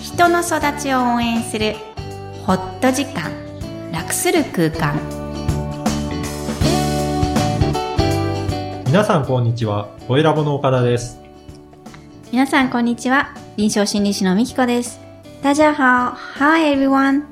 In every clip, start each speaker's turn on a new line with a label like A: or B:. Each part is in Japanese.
A: 人の育ちを応援するホット時間楽する空間
B: 皆さんこんにちは。おいラボの岡田です。
A: 皆さんこんにちは臨床心理士のみきこです大家好 Hi everyone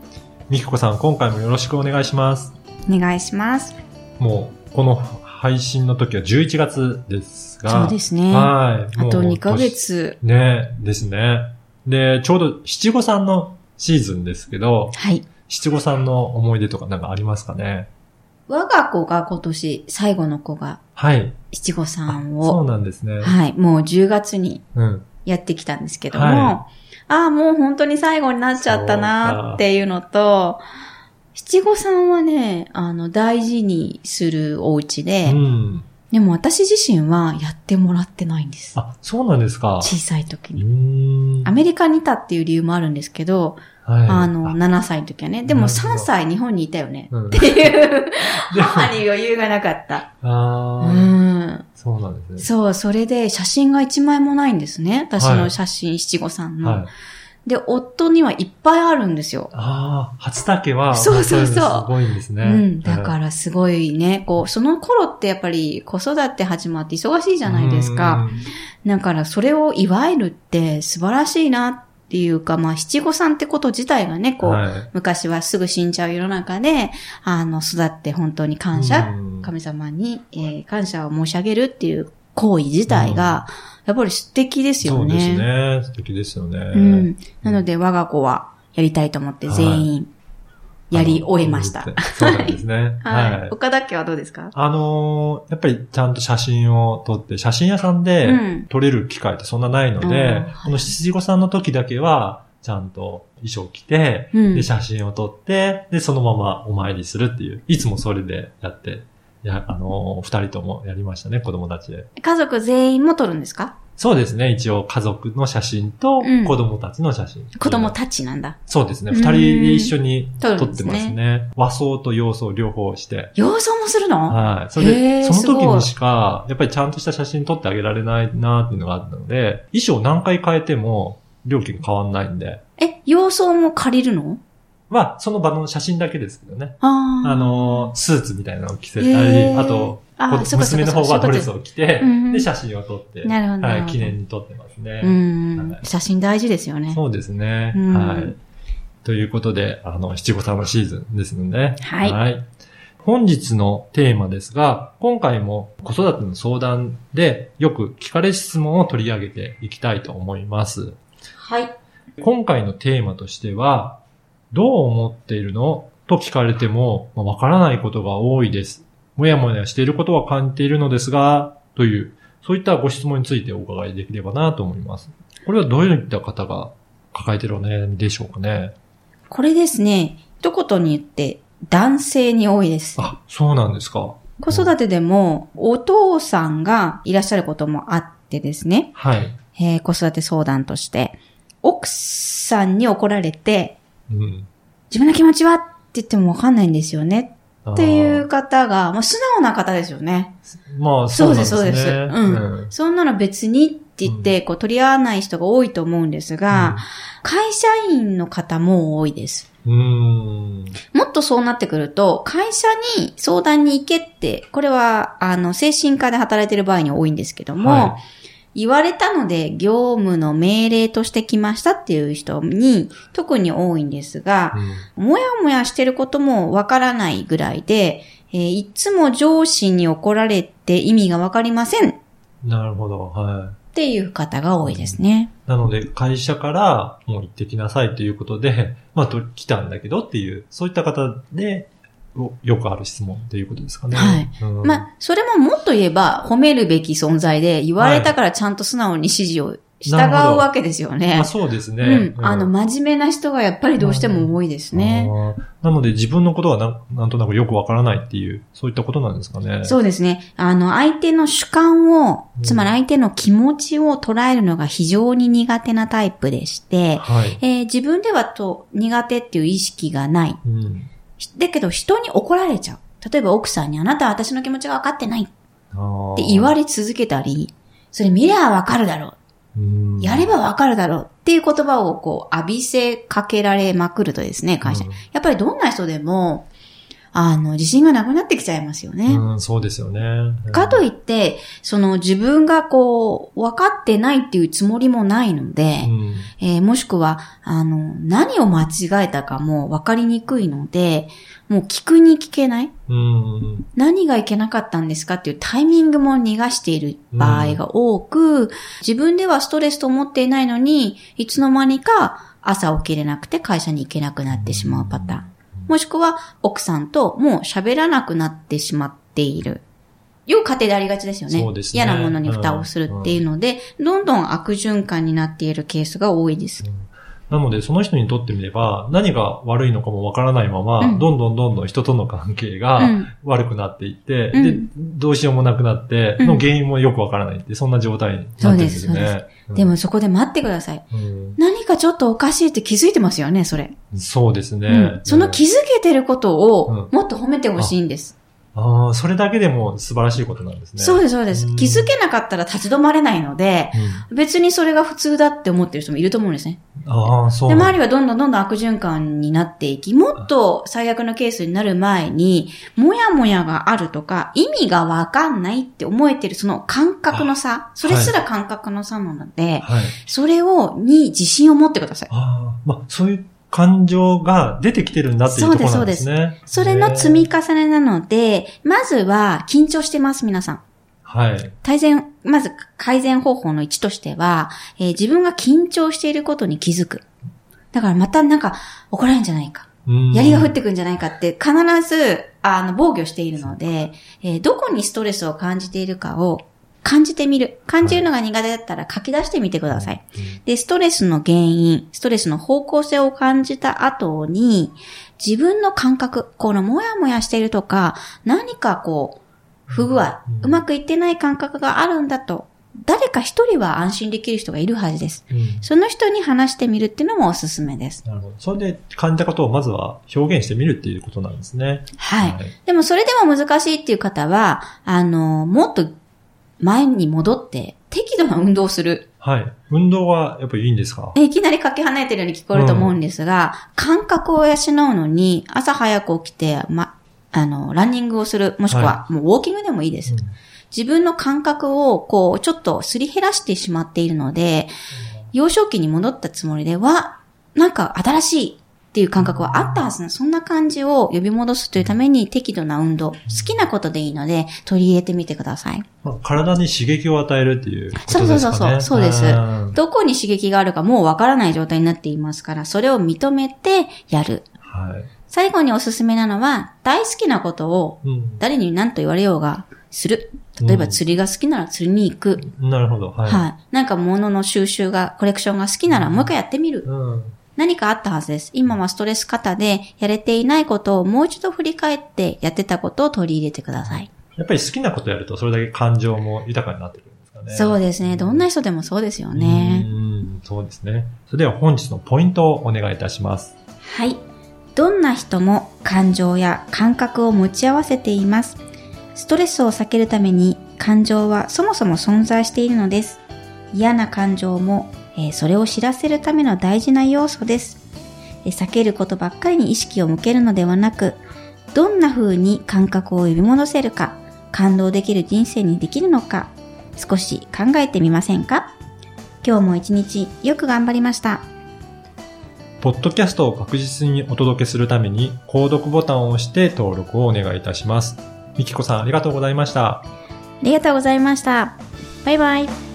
B: みきこさん、今回もよろしくお願いします。
A: お願いします
B: もう、この配信の時は11月ですが。
A: そうですねあ
B: はい。もう
A: と2ヶ。月
B: 年ねですね。で、ちょうど七五三のシーズンですけど、
A: はい
B: 七五三の思い出とかなんかありますかね
A: 我が子が今年最後の子が
B: はい。
A: 七五
B: あ
A: 三
B: そう
A: を
B: なんですね。
A: はいもう10月に
B: うん。
A: やってきたんですけども、
B: は
A: ああ、もう本当に最後になっちゃったなっていうのと、七五三はね、あの、大事にするお家
B: う
A: で、
B: ん。
A: でも私自身はやってもらってないんです。
B: あ、そうなんですか。
A: 小さい時
B: う
A: に。
B: ーん。
A: アメリカにいたっていう理由もあるんですけど、
B: はい。
A: あの、、7歳の時はね。でも
B: なるほど
A: 3歳日本にいたよ ね。
B: うん
A: っていう、
B: でも
A: 母に余裕がなか った。う
B: あー
A: ん。
B: そうなんですね。
A: そう、それで写真が一枚もないんですね。私の写真、七五三の。
B: はい。
A: で、夫にはいっぱいあるんですよ。
B: ああ、初竹は、
A: そうそうそう
B: まあいのすごいんですね。、
A: うん。だかららすごいね、こう、その頃ってやっぱり子育て始まって忙しいじゃないですか。だからそれを祝えるって素晴らしいなっていうか、まあ七五三ってこと自体がね、
B: うん。
A: こう、
B: はい
A: 昔はすぐ死んじゃう世の中で、あの、育って本当に感謝、
B: うん
A: 神様に、えー感謝を申し上げるっていう行為自体が、やっぱり素敵です
B: そ
A: よ
B: う
A: ね。
B: ですね。素敵ですよね。
A: うん。なので、我が子はやりたいと思って全員やり終えました
B: あ。の。そうなんですね。
A: は
B: はいい。。
A: 岡田家はどうですか
B: あのーやっぱりちゃんと写真を撮って、写真屋さんで
A: うん
B: 撮れる機会ってそんなない
A: う
B: ので、
A: ん
B: この七五三の時だけは、ちゃんと衣装着て、
A: うん
B: で、写真を撮って、で、そのままお参りするっていう、いつもそれでやって、や、あのー二人ともやりましたね、子供たちで。
A: 家族全員も撮るんですか
B: そうですね。一応家族の写真と
A: うん
B: 子供たちの写真。
A: 子供たちなんだ。
B: そうですね。
A: うん
B: 二人で一緒に
A: 撮
B: 撮
A: るんで
B: っ
A: す
B: て
A: ね
B: ますね。和装と洋装両方して。
A: 洋装もするの、
B: はい。それ
A: へー
B: で、その時
A: すごい
B: にしか、やっぱりちゃんとした写真撮ってあげられないなっていうのがあったので、衣装何回変えても料金変わんないんで。
A: え、洋装も借りるの
B: まあ、その場の写真だけですけどね。
A: ああ。
B: あのー、スーツみたいなのを着せ
A: へ
B: たり、
A: ー
B: あと、
A: あー、
B: こ
A: そうかそう
B: 娘
A: か
B: の
A: そう
B: 方
A: か
B: はドレ
A: そ
B: ス
A: ういうこ
B: を着て
A: うんうん、
B: で、写真を撮って、
A: となるほど。
B: はい、記念に撮ってますね。
A: うん
B: は。い
A: 写真大事ですよね。
B: そうですね。
A: うん
B: はい。ということで、あの、七五三のシーズンですので、
A: はい
B: 本日のテーマですが、今回も子育ての相談でよく聞かれ質問を取り上げていきたいと思います。
A: はい。
B: 今回のテーマとしては、どう思っているのと聞かれても、まあわからないことが多いです。もやもやしていることは感じているのですが、という、そういったご質問についてお伺いできればなと思います。これはどういった方が抱えているお悩みでしょうかね。
A: これですね、一言に言って、男性に多いです。
B: あ、そうなんですか。
A: 子育てでも、お父さんがいらっしゃることもあってですね。
B: はい。
A: えー子育て相談として、奥さんに怒られて、
B: うん。
A: 自分の気持ちはって言ってもわかんないんですよね
B: あー
A: っていう。方が、まあ、素直な方ですよね。
B: まあ、そうなんですね。
A: そうですそうですうん
B: ん
A: そんなの別にって言って、こう取り合わない人が多いと思うんですが、会社員の方も多いです。
B: うん。うーん。
A: もっとそうなってくると、会社に相談に行けって、これは、あの、精神科で働いてる場合に多いんですけども、
B: は
A: 言われたので、業務の命令として来ましたっていう人に、特に多いんですが、もやもやしてることもわからないぐらいで、えーいつも上司に怒られて意味がわかりませんっ
B: うんなるほど。はい。
A: ていう方が多いですね。
B: なので、会社からもう行ってきなさいということで、 まあ、と来たんだけどっていう、そういった方で、およくある質問っていうことですかね。
A: はい
B: うん
A: まあ、それももっと言えば、褒めるべき存在で、言われたからちゃんと素直に指示を従
B: なるほ
A: う
B: ど
A: わけですよね。
B: まあそうですね。
A: うん。あの、真面目な人がやっぱりどうしても多いですね。
B: あーなので、自分のことはなんなんとなくよくわからないっていう、そういったことなんですかね。
A: そうですね。あの、相手の主観を
B: う、ん
A: つまり相手の気持ちを捉えるのが非常に苦手なタイプでして、
B: はい。
A: えー自分ではと苦手っていう意識がない。
B: うん。
A: だけど人に怒られちゃう。例えば奥さんにあなたは私の気持ちが分かってないって
B: あ
A: 言わ
B: れ、
A: れ続けたり、それ見りゃ分かるだろう
B: うん
A: やればわかるだろうっていう言葉をこう浴びせかけられまくるとですね、会社。
B: うん
A: やっぱりどんな人でも、あの、自信がなくなってきちゃいますよね。
B: うん、そうですよね。うん
A: かといって、その自分がこう、分かってないっていうつもりもないので、
B: うん
A: えーもしくは、あの、何を間違えたかも分かりにくいので、もう聞くに聞けない
B: うんうん
A: 何がいけなかったんですかっていうタイミングも逃がしている場合が多く、自分ではストレスと思っていないのに、いつの間にか朝起きれなくて会社に行けなくなってしまうパターン。もしくは奥さんともう喋らなくなってしまっている。よく家庭でありがちですよね。
B: そうですね
A: 嫌なものに蓋をするっていうので、どんどん悪循環になっているケースが多いです。
B: なので、その人にとってみれば、何が悪いのかもわからないまま、
A: うん
B: どんどんどんどん人との関
A: う
B: 係が
A: ん。
B: 悪くなっていって、
A: う
B: で
A: ん、
B: どうしようもなくなって、
A: うん
B: の原因もよくわからないって、そんな状態になってるんですよ
A: そうです
B: ね。うん
A: でも、そこで待ってください。
B: うん
A: 何かちょっとおかしいって気づいてますよね、それ。
B: そうですね。
A: うんその気
B: うん
A: づけてることを
B: う
A: もっと褒めてほしいんです。
B: ああ、それだけでも素晴らしいことなんですね。
A: そう
B: で
A: です、そうで
B: う
A: す。
B: ん
A: 気づけなかったら立ち止まれないので、
B: す。
A: 別にそれが普通だって思ってる人もいると思うんですね。
B: ああ、そう
A: で、
B: なんだ。
A: 周りはどんどんどんどん悪循環になっていき、もっと最悪のケースになる前に、もやもやがあるとか、意味がわかんないって思えてるその感覚の差、それすら感覚の差なので、
B: はい。
A: それを、に自信を持ってください。
B: ああ、まあ、そういう感情が出てきてるんだっていうところなんですね。
A: それの積み重ねなので、まずは緊張してます、皆さん。
B: はい。
A: 改善、まず改善方法の1としては、えー自分が緊張していることに気づく。だからまたなんか怒られるんじゃないか。
B: うん
A: 槍が降ってくるんじゃないかって必ず、あの、防御しているので、えーどこにストレスを感じているかを感じてみる。感じるのが苦手だったら書き出してみてください。で、ストレスの原因、ストレスの方向性を感じた後に、自分の感覚、このもやもやしているとか、何かこう、不具合、
B: うん
A: うまくいってない感覚があるんだと、誰か一人は安心できる人がいるはずです。
B: うんうん
A: その人に話してみるっていうのもおすすめです。
B: なるほど。それで感じたことをまずは表現してみるっていうことなんですね。
A: はい。でもそれでも難しいっていう方は、あの、もっと前に戻って、適度な運動をする。
B: はい。運動はやっぱりいいんですか
A: いきなりかけ離れてるように聞こえると思うんですが、感覚を養うのに、朝早く起きて、ま、あの、ランニングをする、もしくは、もうウォーキングでもいいです。自分の感覚を、こう、ちょっとすり減らしてしまっているので、幼少期に戻ったつもりでは、なんか新しいっていう感覚はあったはずな、そんな感じを呼び戻すというために適度な運動、好きなことでいいので、取り入れてみてください。
B: まあ、体に刺激を与えるっていうことですかね。
A: そうそうそうそうそうです
B: ん
A: どこに刺激があるかもうわからない状態になっていますから、それを認めてやる。
B: はい。
A: 最後におすすめなのは、大好きなことを
B: うん
A: 誰に何と言われようがする。例えば
B: うん
A: 釣りが好きなら釣りに行く。
B: なるほど。はい。
A: はい。なんか物の収集が、コレクションが好きならもう一回やってみる。
B: うん。
A: 何かあったはずです。今はストレス過多でやれていないことをもう一度振り返ってやってたことを取り入れてください。
B: やっぱり好きなことやるとそれだけ感情も豊かになってくるんですかね。
A: そうですね。どんな人でもそうですよね。
B: うん、そうですね。それでは本日のポイントをお願いいたします。
A: はい。どんな人も感情や感覚を持ち合わせています。ストレスを避けるために感情はそもそも存在しているのです。嫌な感情も、えーそれを知らせるための大事な要素です、えー避けることばっかりに意識を向けるのではなく、どんな風に感覚を呼び戻せるか、感動できる人生にできるのか、少し考えてみませんか今日も一日よく頑張りました。
B: ポッドキャストを確実にお届けするために、購読ボタンを押して登録をお願いいたします。みきこさんありがとうございました。
A: ありがとうございました。バイバイ。